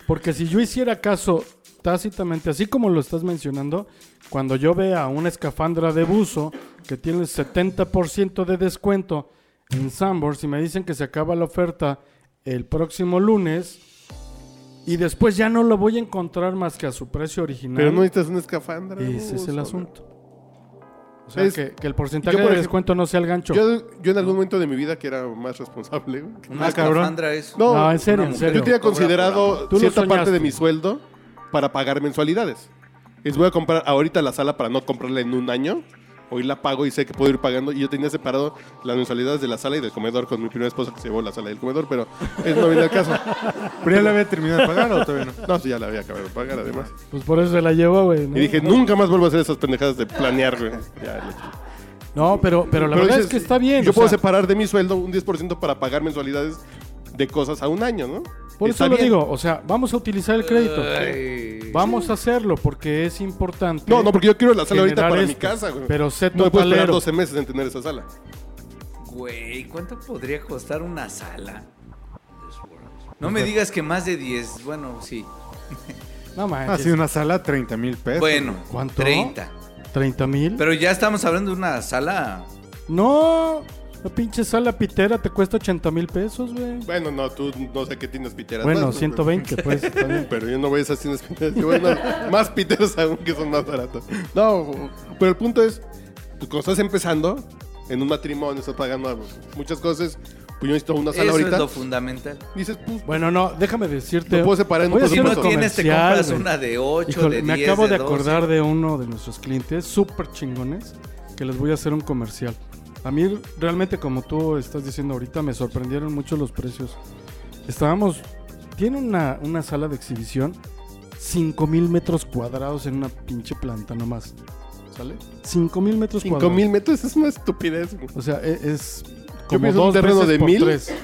D: Porque si yo hiciera caso tácitamente, así como lo estás mencionando, cuando yo vea una escafandra de buzo que tiene el 70% de descuento en Sambors y me dicen que se acaba la oferta el próximo lunes y después ya no lo voy a encontrar más que a su precio original,
C: Pero no necesitas una escafandra.
D: ese es el
C: uso,
D: asunto. O sea,
C: Es-
D: que, que el porcentaje
C: yo, por
D: de
C: ejemplo,
D: descuento no sea el gancho.
C: Yo, yo en algún momento de mi vida que era más responsable. güey.
E: Una
D: Ah, cabrón.
E: escafandra es.
C: No,
D: no, en serio,
E: una
D: en
E: mujer.
D: serio.
C: Yo tenía
E: Cobra por
C: considerado
E: ambos.
D: Tú lo
C: cierta parte
D: soñaste.
C: de mi sueldo para pagar mensualidades. Les voy a comprar ahorita la sala para no comprarla en un año. Hoy la pago y sé que puedo ir pagando. Y yo tenía separado las mensualidades de la sala y del comedor con mi primera esposa que se llevó la sala y el comedor, pero eso no viene al caso.
B: ¿Pero ya la había terminado de pagar o todavía no?
C: No, sí, ya la había acabado de pagar además.
D: Pues por eso se la llevo, güey. ¿no?
C: Y dije, nunca más vuelvo a hacer esas pendejadas de planear, güey. Ya, la chingada.
D: No, pero, pero la
C: Pero
D: verdad
C: dices,
D: es que está bien.
C: Yo
D: o
C: puedo
D: sea,
C: separar de mi sueldo un 10% para pagar mensualidades de cosas a un año, ¿no?
D: Por
C: Está
D: eso lo
C: bien.
D: digo, o sea, vamos a utilizar el crédito.
E: Ay.
D: Vamos a hacerlo porque es importante.
C: No, no, porque yo quiero la sala ahorita
D: generar
C: para mi
D: esto.
C: casa, güey.
D: Pero sé
C: no me puedo esperar
D: totalero.
C: 12 meses en tener esa sala.
E: Güey, ¿cuánto podría costar una sala? No me digas que más de 10. Bueno, sí.
D: No
B: Ha
D: manches.
B: sido una sala 30 mil
C: Este,
B: pesos.
E: Bueno,
D: ¿Cuánto?
E: 30.
D: 30 mil.
E: Pero ya estamos hablando de una sala.
D: No, la pinche sala pitera te cuesta 80 mil pesos, güey.
C: Bueno, no, tú no sé qué tienes piteras.
D: Bueno,
C: más, güey,
D: 120, pues. está bien.
C: Pero yo no voy a esas tiendas piteras. Yo voy a unas más piteras aún que son más baratas. No, pero el punto es, tú cuando estás empezando en un matrimonio, estás pagando muchas cosas, pues yo necesito una sala
E: Eso
C: ahorita.
E: es lo fundamental.
C: Dices, pues,
D: Bueno, no, déjame decirte.
C: Lo puedo separar en
D: Voy a
C: un
E: Si
D: hacer
E: no
C: presupuesto.
D: un
E: tienes, te
D: comercial,
E: compras
D: güey.
E: una de 8,
D: Híjole,
E: de 10.
D: me acabo de
E: 12.
D: acordar de uno de nuestros clientes súper chingones que les voy a hacer un comercial. A mí realmente como tú estás diciendo ahorita me sorprendieron mucho los precios. Estábamos, tiene una, una sala de exhibición, 5000 metros cuadrados en una pinche planta nomás.
C: ¿Sale?
D: Pues, 5000 metros
C: 5
D: cuadrados.
C: mil metros es una estupidez, güey.
D: O sea, e- es
C: Yo
D: como
C: pienso un
D: dos
C: terreno
D: veces
C: de
D: por
C: mil.
D: tres.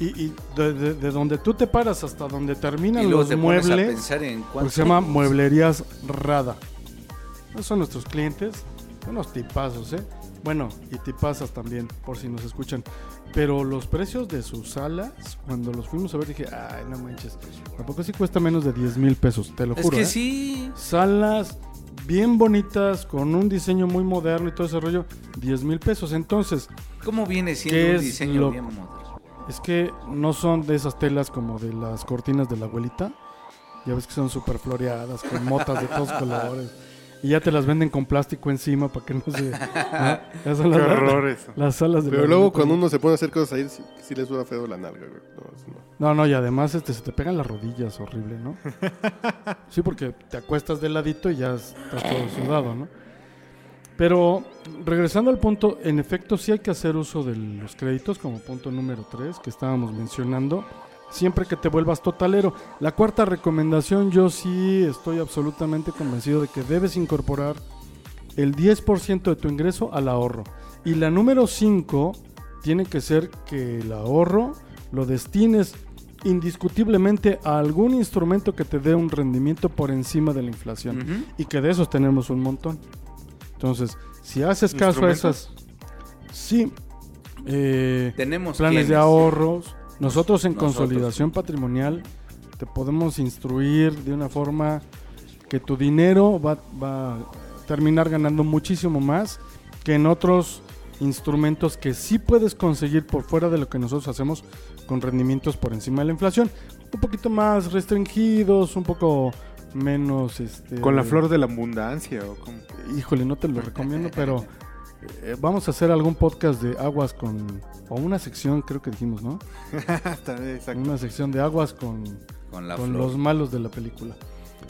D: Y, y de, de- de donde tú te paras hasta donde terminan
E: Y luego
D: los
E: te pones a
D: muebles,
E: pensar en cuánto.
D: porque se llama Mueblerías Rada. No son nuestros clientes, unos tipazos, ¿eh? Bueno, y tipazas también, por si nos escuchan. Pero los precios de sus salas, cuando los fuimos a ver, dije, ay, no manches, tampoco sí cuesta menos de 10 mil pesos, te lo
E: Es
D: juro.
E: que
D: ¿eh?
E: sí.
D: Salas bien bonitas, con un diseño muy moderno y todo ese rollo, 10 mil pesos. Entonces,
E: ¿Cómo viene
D: ¿Qué
E: siendo
D: es
E: un diseño
D: lo-
E: bien moderno?
D: es que no son de esas telas como de las cortinas de la abuelita. Ya ves que son súper floreadas, con motas de todos colores. Y ya te las venden con plástico encima para que no se... ¿no? Ya son
B: Qué
D: las,
B: horror eso.
D: las salas de la
C: Pero luego
D: abuelita.
C: cuando uno se pone a hacer cosas ahí, sí, sí le suda feo la nalga, güey. No, eso no.
D: No, no, y además este, se te pegan las rodillas, horrible, ¿no? Sí, porque te acuestas de ladito y ya estás todo sudado, ¿no? Pero regresando al punto, en efecto sí hay que hacer uso de los créditos como punto número 3 que estábamos mencionando, siempre que te vuelvas totalero. La cuarta recomendación, yo sí estoy absolutamente convencido de que debes incorporar el 10% de tu ingreso al ahorro. Y la número 5 tiene que ser que el ahorro lo destines indiscutiblemente a algún instrumento que te dé un rendimiento por encima de la inflación.
E: Ujú.
D: Y que de esos tenemos un montón. Entonces, si haces caso a esas... Sí. eh,
E: Tenemos
D: planes de
E: quienes.
D: ahorros. Nosotros en
E: Nosotros.
D: consolidación patrimonial te podemos instruir de una forma que tu dinero va, va a terminar ganando muchísimo más que en otros instrumentos que sí puedes conseguir por fuera de lo que nosotros hacemos con rendimientos por encima de la inflación. Un poquito más restringidos, un poco menos... Este,
B: Con la flor de la abundancia o cómo?
D: Híjole, no te lo recomiendo, pero eh, vamos a hacer algún podcast de aguas con... O una sección, creo que dijimos, ¿no?
B: Está- exacto.
D: Una sección de aguas con,
E: Con la
D: con
E: flor.
D: los malos de la película.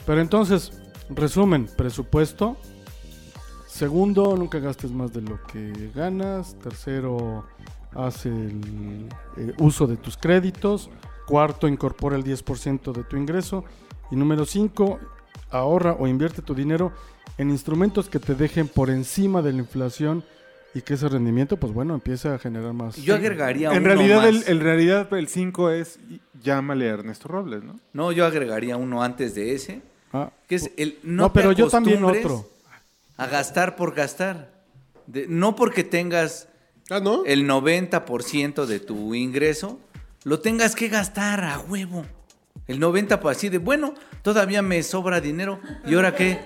D: Pero entonces, resumen, presupuesto. Segundo, nunca gastes más de lo que ganas. Tercero, haz el eh, uso de tus créditos. Cuarto, incorpora el 10% de tu ingreso. Y número cinco, ahorra o invierte tu dinero en instrumentos que te dejen por encima de la inflación y que ese rendimiento, pues bueno, empiece a generar más.
E: Yo agregaría
B: En
E: uno
B: realidad, el,
E: más.
B: en realidad el 5 es llámale a Ernesto Robles, ¿no?
E: No, yo agregaría uno antes de ese.
D: Ah,
E: Que es el no,
D: no,
E: te
D: pero yo también
E: acostumbres
D: otro.
E: A gastar por gastar. De- no porque tengas
C: Ah, ¿no?
E: el 90% de tu ingreso, lo tengas que gastar a huevo. El 90% pa- así de, bueno, todavía me sobra dinero. ¿Y ahora qué?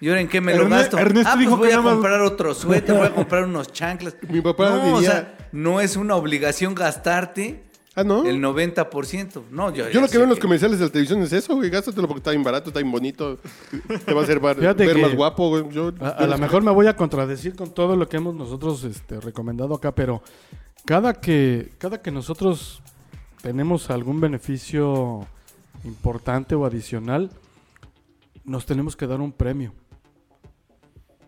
E: ¿Y ahora en qué me lo
B: Erne-
E: gasto?
B: Ernesto
E: ah, pues
B: dijo
E: voy
B: que
E: a
B: nada más-
E: comprar otro suéter, voy a comprar unos chanclas.
C: Mi papá
E: no, o
C: diría-
E: sea, no es una obligación gastarte
C: Ah, ¿no?
E: el 90%. No, yo,
C: Yo
E: ya
C: lo
E: sé
C: que veo en los comerciales de la televisión es eso, güey. Gástatelo porque está bien barato, está bien bonito. Te va a hacer bar- ver
D: Fíjate que-
C: más guapo, güey. Yo,
D: A, a lo mejor me voy a contradecir con todo lo que hemos nosotros este, recomendado acá, pero cada que, cada que nosotros tenemos algún beneficio importante o adicional, nos tenemos que dar un premio.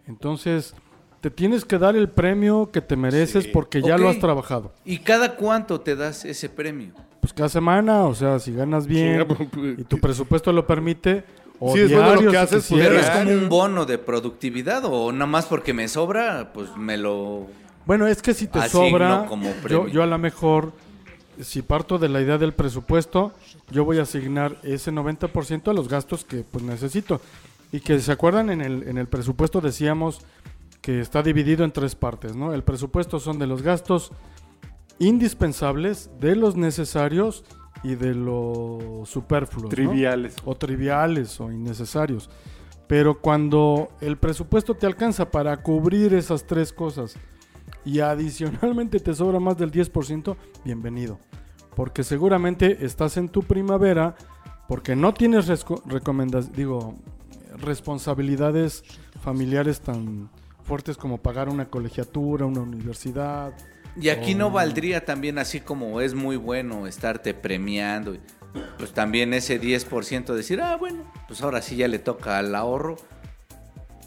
D: Entonces, te tienes que dar el premio que te mereces
C: Sí.
D: porque ya lo
E: Ok.
D: has trabajado.
E: ¿Y cada cuánto te das ese premio?
D: Pues cada semana, o sea, si ganas bien
C: Chinga, pues,
D: y tu presupuesto lo permite, o
C: Si es bueno lo
D: diario,
C: que
D: si
C: haces, pues,
D: quisieras.
E: Pero es
C: Claro.
E: como un bono de productividad o nada más porque me sobra, pues me lo...
D: Bueno, es que si te
E: Asigno
D: sobra,
E: como
D: yo,
E: premio.
D: yo a lo mejor, si parto de la idea del presupuesto, yo voy a asignar ese 90% a los gastos que pues, necesito. Y que se acuerdan, en el, en el presupuesto decíamos que está dividido en tres partes, ¿no? El presupuesto son de los gastos indispensables, de los necesarios y de los superfluos. ¿no?
B: Triviales.
D: o triviales o innecesarios. Pero cuando el presupuesto te alcanza para cubrir esas tres cosas y adicionalmente te sobra más del 10%, bienvenido. Porque seguramente estás en tu primavera porque no tienes resco- recomendas- digo, responsabilidades familiares tan fuertes como pagar una colegiatura, una universidad.
E: Y aquí
D: Oh.
E: no valdría también así como es muy bueno estarte premiando. y, Pues también ese 10% decir, ah, bueno, pues ahora sí ya le toca al ahorro.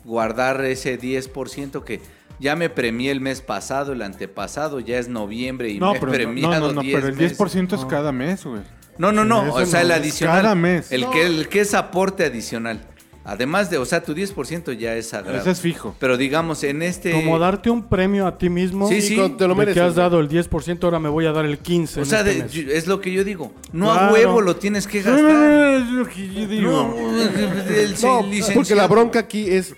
E: Guardar ese 10% que ya me premié el mes pasado, el antepasado, ya es noviembre y
B: No,
E: me he
B: pero, no,
E: premiado
B: no, no,
E: 10
B: pero el
E: meses.
B: 10% es
D: No.
B: cada mes, güey.
E: No, no, no.
D: Eso
E: O sea,
D: no,
E: el
D: es
E: adicional.
B: cada mes.
E: El, que, el que es aporte adicional. Además de, o sea, tu 10% ya es sagrado.
B: Ese es fijo.
E: Pero digamos, en este.
D: Como darte un premio a ti mismo.
E: Sí, sí.
C: Te lo
D: de que
C: mereces.
D: has dado el 10%, ahora me voy a dar el 15%.
E: O
D: en
E: sea,
D: este
E: de-
D: mes.
E: yo- es lo que yo digo. No a
D: Claro.
E: huevo lo tienes que
B: No, no,
E: gastar.
B: no, es lo que yo digo.
E: No, el
C: No, porque la
E: licenciado.
C: bronca aquí es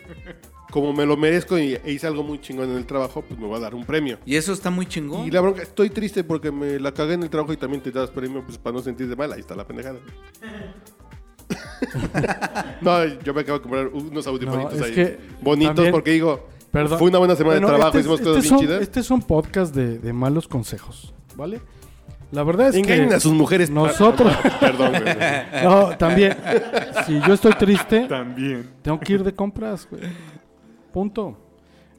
C: como me lo merezco y e hice algo muy chingón en el trabajo, pues me va a dar un premio.
E: Y eso está muy chingón.
C: Y la bronca, estoy triste porque me la cagué en el trabajo y también te das premio pues, para no sentirte mal. Ahí está la pendejada. no, yo me acabo de comprar unos audifonitos
D: No, es
C: ahí.
D: que
C: bonitos
D: también-
C: porque digo,
D: Perdón.
C: fue una buena semana
D: Bueno,
C: de trabajo,
D: este es-
C: hicimos cosas
D: este
C: bien
D: es un-
C: chidas.
D: Este es un podcast de, de malos consejos, ¿vale? La verdad es
C: Engañen
D: que
C: a sus mujeres.
D: nosotros...
C: Perdón, güey.
D: no, también. Si yo estoy triste,
B: También.
D: tengo que ir de compras, güey. Punto.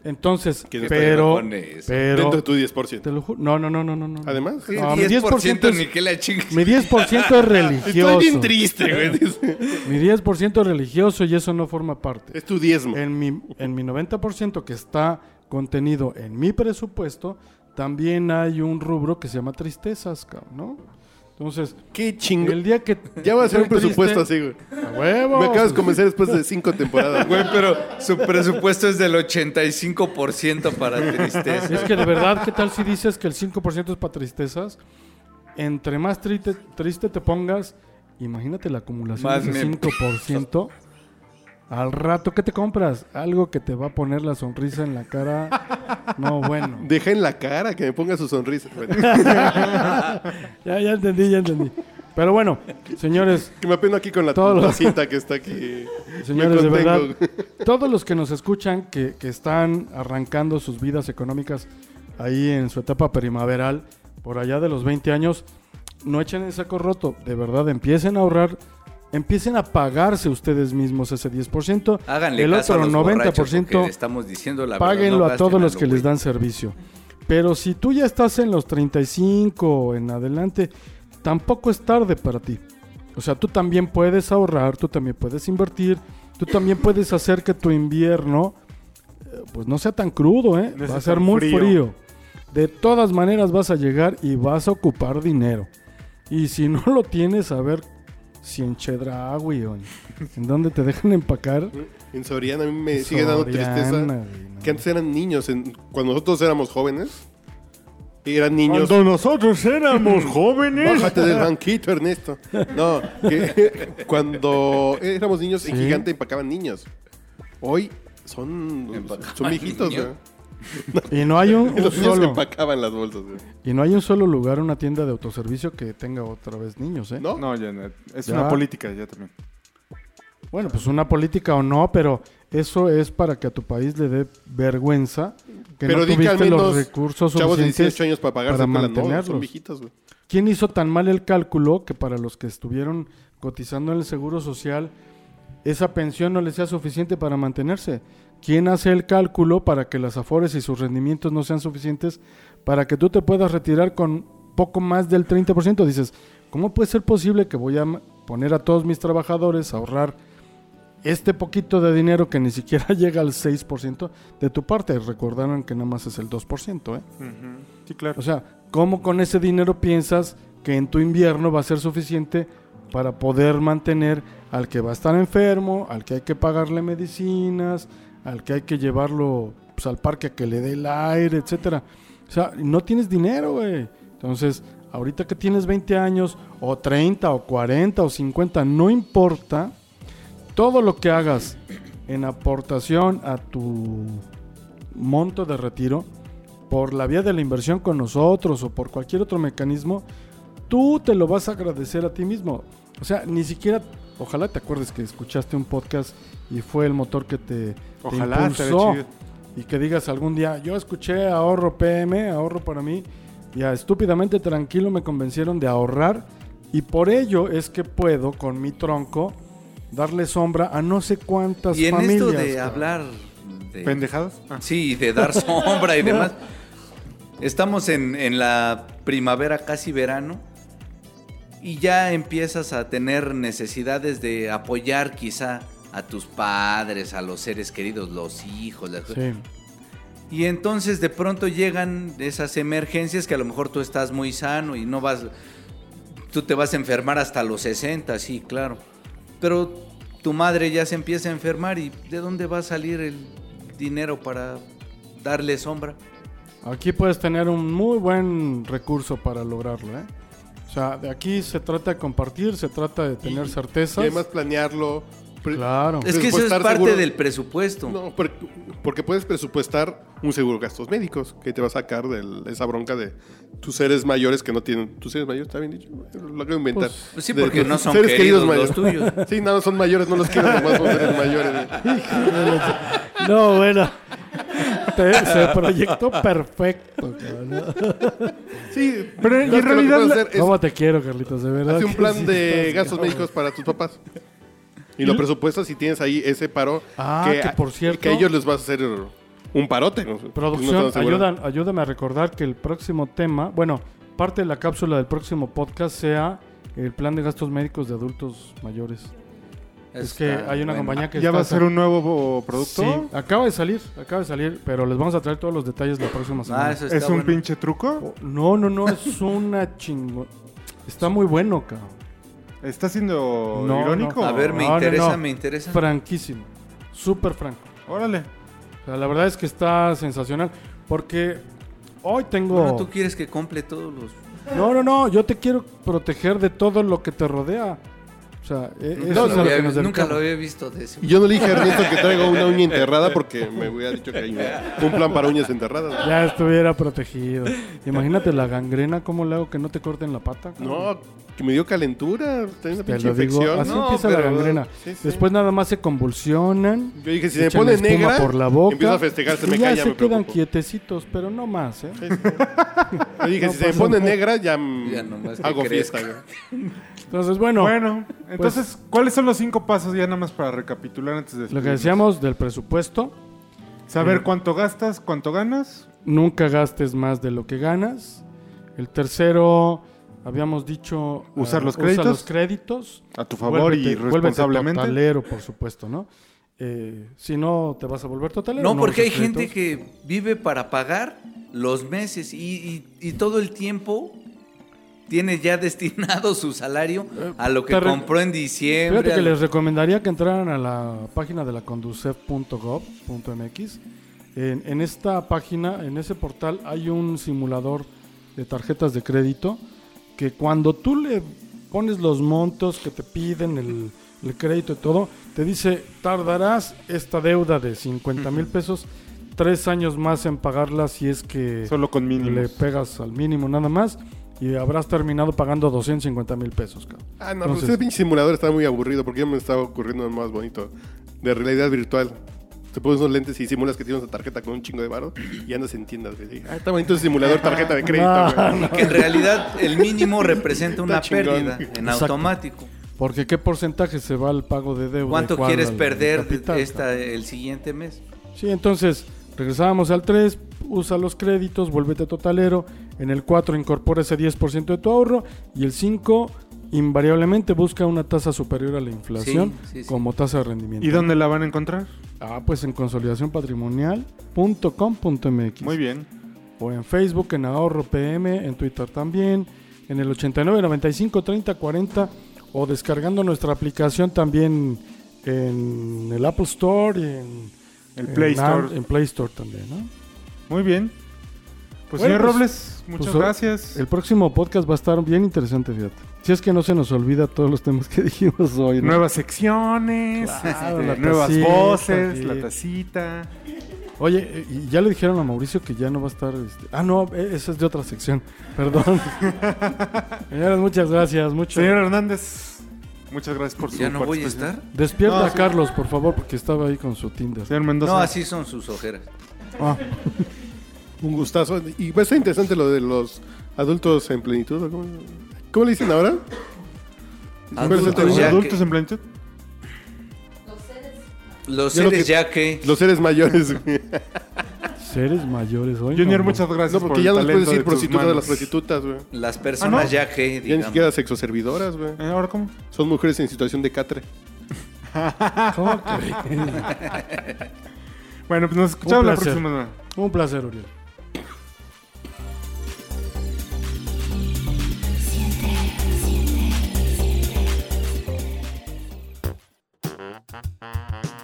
D: Entonces,
C: ¿Quién está
D: pero...
E: con eso?
D: Pero...
C: Dentro de tu
D: Te
C: 10%.
D: lo ju- No, no, no, no, no. no.
C: Además,
E: Sí,
D: No, mi 10% es-
E: ni que la chingues.
D: Mi 10% es religioso.
C: estoy bien triste, güey. dice.
D: Mi 10% es religioso y eso no forma parte.
C: Es tu diezmo.
D: En mi, en mi 90% que está contenido en mi presupuesto, también hay un rubro que se llama tristezas, cabrón, ¿no? Entonces,
C: Qué chingón.
D: el día que...
C: Ya voy a hacer un
D: estoy triste-
C: presupuesto así, güey.
D: ¡A huevo!
C: Me acabas de convencer después de cinco temporadas, güey.
E: Güey, pero su presupuesto es del 85% para tristeza.
D: Es que de verdad, ¿qué tal si dices que el 5% es para tristezas? Entre más triste, triste te pongas, imagínate la acumulación
E: Más
D: de ese
E: me-
D: 5%. Al rato, ¿qué te compras? Algo que te va a poner la sonrisa en la cara. No, bueno.
C: Deja en la cara que me ponga su sonrisa. güey.
D: Ya, ya entendí, ya entendí. Pero bueno, señores,
C: Que me apeno aquí con la,
D: Todo lo-
C: la cinta que está aquí.
D: señores, de
C: contengo.
D: verdad, todos los que nos escuchan, que, que están arrancando sus vidas económicas ahí en su etapa primaveral, por allá de los 20 años, no echen el saco roto. De verdad, empiecen a ahorrar, empiecen a pagarse ustedes mismos ese 10%.
E: Háganle
D: el
E: caso
D: otro
E: a los 90%.
D: 90%.
E: estamos diciendo la verdad,
D: Páguenlo
E: no
D: a todos
E: gasten
D: los
E: lo
D: que les
E: güey.
D: dan servicio. Pero si tú ya estás en los 35 o en adelante, tampoco es tarde para ti. O sea, tú también puedes ahorrar, tú también puedes invertir, tú también puedes hacer que tu invierno eh, pues no sea tan crudo, ¿eh?
B: No
D: Va
B: sea
D: a ser
B: tan
D: muy
B: frío.
D: frío. De todas maneras vas a llegar y vas a ocupar dinero. Y si no lo tienes, a ver si en Chedraui o en, en donde te dejan empacar.
C: En Soriana a mí me sigue dando
D: Soriana,
C: tristeza
D: güey, no
C: que antes eran niños. en- cuando nosotros éramos jóvenes, eran niños.
B: Cuando nosotros éramos jóvenes.
C: Bájate del banquito, Ernesto. No, que cuando éramos niños, en Gigante empacaban niños. Hoy son, son viejitos,
E: niños.
C: güey.
D: Y no hay un, un
C: Los niños que
D: solo.
C: empacaban las bolsas, güey.
D: Y no hay un solo lugar, una tienda de autoservicio que tenga otra vez niños, ¿eh?
C: ¿No?
B: No, ya no. Es
D: Ya.
B: una política ya también.
D: Bueno, pues una política o no, pero eso es para que a tu país le dé vergüenza que
C: Pero
D: no
C: di que al
D: tuviste los
C: menos
D: recursos
C: chavos de 18
D: suficientes.
C: años para pagarse
D: para
C: con la no, son
D: mantenerlos.
C: viejitos, güey.
D: ¿Quién hizo tan mal el cálculo que para los que estuvieron cotizando en el Seguro Social esa pensión no les sea suficiente para mantenerse? ¿Quién hace el cálculo para que las afores y sus rendimientos no sean suficientes para que tú te puedas retirar con poco más del 30%? Dices, ¿cómo puede ser posible que voy a m- poner a todos mis trabajadores a ahorrar este poquito de dinero que ni siquiera llega al 6% de tu parte? Recordaron que nada más es el 2%, ¿eh?
B: Sí, claro.
D: O sea, ¿cómo con ese dinero piensas que en tu invierno va a ser suficiente para poder mantener al que va a estar enfermo, al que hay que pagarle medicinas, al que hay que llevarlo pues, al parque a que le dé el aire, etcétera? O sea, no tienes dinero, güey. Entonces, ahorita que tienes 20 años, o 30, o 40, o 50, no importa, todo lo que hagas en aportación a tu monto de retiro, por la vía de la inversión con nosotros o por cualquier otro mecanismo, tú te lo vas a agradecer a ti mismo. O sea, ni siquiera, ojalá te acuerdes que escuchaste un podcast y fue el motor que te, te
B: Ojalá estaría
D: impulsó
B: chido.
D: y que digas algún día, yo escuché ahorro PM, ahorro para mí, y a estúpidamente tranquilo me convencieron de ahorrar y por ello es que puedo con mi tronco darle sombra a no sé cuántas
E: Y en
D: familias.
E: esto de
D: cabrón.
E: hablar de,
B: ¿Pendejadas? Ah.
E: Sí, de dar sombra y demás. Estamos en, en la primavera, casi verano, y ya empiezas a tener necesidades de apoyar quizá a tus padres, a los seres queridos, los hijos. las cosas.
D: Sí.
E: Y entonces de pronto llegan esas emergencias que a lo mejor tú estás muy sano y no vas, tú te vas a enfermar hasta los 60, sí, claro. Pero tu madre ya se empieza a enfermar y ¿de dónde va a salir el dinero para darle sombra?
D: Aquí puedes tener un muy buen recurso para lograrlo, ¿eh? O sea, de aquí se trata de compartir, se trata de tener certezas.
C: Y además planearlo. pre-
D: claro.
E: Es que eso es
C: Presupuestar
E: parte
C: pues, seguro.
E: del presupuesto.
C: No, por- porque puedes presupuestar un seguro de gastos médicos que te va a sacar de esa bronca de tus seres mayores que no tienen. ¿Tus seres mayores? ¿Está bien dicho? Lo acabo de inventar.
E: Pues sí,
C: De
E: porque
C: tus
E: no son
C: seres
E: queridos
C: mayores.
E: los tuyos.
C: Sí, no, son mayores, no los quiero, nomás son seres mayores.
D: No, bueno. Te- se proyectó perfecto, cabrón.
C: Sí,
B: Pero en
C: lo que- lo que
B: realidad
C: puedes
B: la-
C: hacer es
D: ¿Cómo te quiero, Carlitos? De verdad.
C: Hace un
D: que
C: plan
D: sí
C: de
D: estás-
C: gastos médicos para tus papás. Y lo presupuestas si tienes ahí ese paro.
D: Ah, que por cierto-
C: Que a ellos les vas a hacer un parote. ¿no? Pues No
D: Producción,
C: te van a asegurar.
D: ayudan- ayúdame a recordar que el próximo tema, bueno, parte de la cápsula del próximo podcast sea el plan de gastos médicos de adultos mayores. es que
E: Está
D: hay una
E: bueno.
D: compañía que
B: ¿Ya
D: está
B: va a ser un nuevo producto? Ah,
D: Sí, acaba de salir, acaba de salir, pero les vamos a traer todos los detalles la próxima semana. Oh,
E: Ah, eso está
B: ¿Es un
E: bueno.
B: pinche truco?
D: No, no, no, es una chingo. Está muy bueno, cabrón.
B: ¿Está siendo
D: No,
B: irónico?
D: no.
E: A ver, me
D: No, no,
E: interesa,
D: no.
E: me interesa.
D: Franquísimo, súper franco.
B: Órale.
D: O sea, la verdad es que está sensacional, porque hoy tengo...
E: Bueno, tú quieres que compre todos los...
D: No, no, no, yo te quiero proteger de todo lo que te rodea. O sea, e- eso
E: Nunca
D: es
E: lo
D: a lo
E: había-
D: que nos
E: nunca lo
D: dedicamos.
E: había visto de ese.
C: Y yo no le dije a Ernesto que traigo una uña enterrada porque me hubiera dicho que hay un plan para uñas enterradas.
D: Ya estuviera protegido. Imagínate la gangrena, ¿cómo le hago que no te corten la pata?
C: No, que me dio calentura. Tenía una
D: Te
C: pinche
D: lo digo,
C: infección.
D: así
C: No,
D: empieza la
C: pero-
D: gangrena.
C: sí, sí.
D: Después nada más se convulsionan.
C: Yo dije, si se me
D: echan
C: pone
D: espuma
C: negra,
D: por la boca,
C: empiezo a festejar, se me
D: y ya
C: cae, ya
D: se
C: me
D: quedan
C: preocupo.
D: quietecitos, pero no más, ¿eh?
C: Yo dije,
D: No
C: si se me
D: pasa
C: pone
D: nada.
C: negra, ya,
E: Ya nomás que
C: hago
E: crezca.
C: fiesta. güey.
D: Entonces, bueno,
B: Bueno,
D: Pues,
B: entonces, ¿cuáles son los cinco pasos ya nada más para recapitular antes de
D: lo que
B: despedirnos?
D: decíamos eh, del presupuesto,
B: Saber cuánto gastas, cuánto ganas.
D: nunca gastes más de lo que ganas. El tercero, habíamos dicho...
B: Usar
D: ah,
B: los
D: Usa
B: créditos.
D: los créditos.
B: A tu favor y
D: Vuélvete- vuélvete
B: responsablemente.
D: totalero, por supuesto, ¿no? Eh, si no, te vas a volver totalero.
E: No, porque hay
D: usas
E: gente
D: créditos.
E: que vive para pagar los meses y, y- y todo el tiempo tiene ya destinado su salario a lo que
D: te re-
E: compró en diciembre.
D: Fíjate
E: a
D: que
E: lo-
D: les recomendaría que entraran a la página de la conducef.gov.mx En, en esta página, en ese portal, hay un simulador de tarjetas de crédito que cuando tú le pones los montos que te piden, el, el crédito y todo, te dice, tardarás esta deuda de 50 mil pesos tres años más en pagarla si es que
B: Solo con
D: le
B: mínimos.
D: pegas al mínimo nada más y habrás terminado pagando 250 mil pesos. cabrón.
C: Ah, no,
D: Entonces-
C: pero ese pinche simulador está muy aburrido porque ya me estaba ocurriendo algo más bonito. De realidad virtual. Te pones unos lentes y simulas que tienes una tarjeta con un chingo de varo y andas en tiendas. güey. Ah, está bonito ese simulador tarjeta de crédito,
D: No,
C: güey.
E: Que en realidad el mínimo representa una
C: Está chingón.
E: pérdida en
D: Exacto.
E: automático.
D: Porque qué porcentaje se va al pago de deuda. y
E: ¿Cuánto
D: cuál
E: quieres
D: al
E: perder de-
D: capital,
E: esta, el siguiente mes?
D: Sí, entonces regresábamos al 3, usa los créditos, vuélvete totalero. En el 4 incorpora ese 10% de tu ahorro. Y el 5 invariablemente busca una tasa superior a la inflación
E: Sí, sí, sí.
D: como tasa de rendimiento.
B: ¿Y dónde la van a encontrar?
D: Ah, pues en consolidacionpatrimonial.com.mx.
B: Muy bien.
D: O en Facebook, en Ahorro PM, en Twitter también, en el 89 95 30 40 o descargando nuestra aplicación también en el Apple Store y en
B: El
D: en
B: Play
D: Am-
B: Store.
D: En Play Store también, ¿no?
B: Muy bien. Pues
D: Bueno,
B: señor
D: pues,
B: Robles, muchas
D: pues,
B: gracias.
D: El próximo podcast va a estar bien interesante, fíjate. Si es que no se nos olvida todos los temas que dijimos hoy. ¿no?
B: Nuevas secciones,
D: Claro,
B: este,
D: la
B: nuevas
D: tacita,
B: voces,
D: sí.
B: la tacita.
D: Oye, eh, y ya le dijeron a Mauricio que ya no va a estar. este- Ah, no, eh, esa es de otra sección. Perdón. Señores, muchas gracias. Mucho.
B: Señor Hernández, muchas gracias por su
E: ¿Ya no voy a
B: participación.
E: estar?
D: Despierta
B: No,
D: a
B: sí.
D: Carlos, por favor, porque estaba ahí con su Tinder.
B: Señor Mendoza.
E: No, así son sus ojeras.
D: Ah,
C: Un gustazo. Y va a estar interesante lo de los adultos en plenitud. ¿o ¿Cómo, cómo le dicen ahora?
E: Adultos
C: Los
E: ya
B: adultos
E: que,
B: en plenitud.
E: los
C: Yo lo que-
E: seres ya que...
C: Los seres mayores. güey.
D: seres mayores hoy.
B: Junior,
D: no,
B: muchas gracias.
C: No,
B: por
C: porque
B: el
C: ya no les puedes
B: talento
C: decir
B: de tus
C: prostitutas a las
B: manos.
C: prostitutas, güey.
E: Las personas
B: ¿no?
E: ya que,
C: Ya ni
E: digamos.
C: siquiera sexoservidoras, güey.
B: Eh, ¿Ahora cómo?
C: Son mujeres en situación de catre.
D: no. ¿Cómo crees?
B: Bueno, pues nos escuchamos la
D: placer.
B: próxima semana.
D: Un placer, Uriel.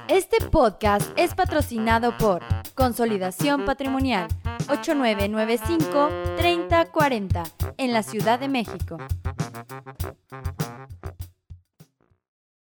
A: Este podcast es patrocinado por Consolidación Patrimonial 8995-3040 en la Ciudad de México.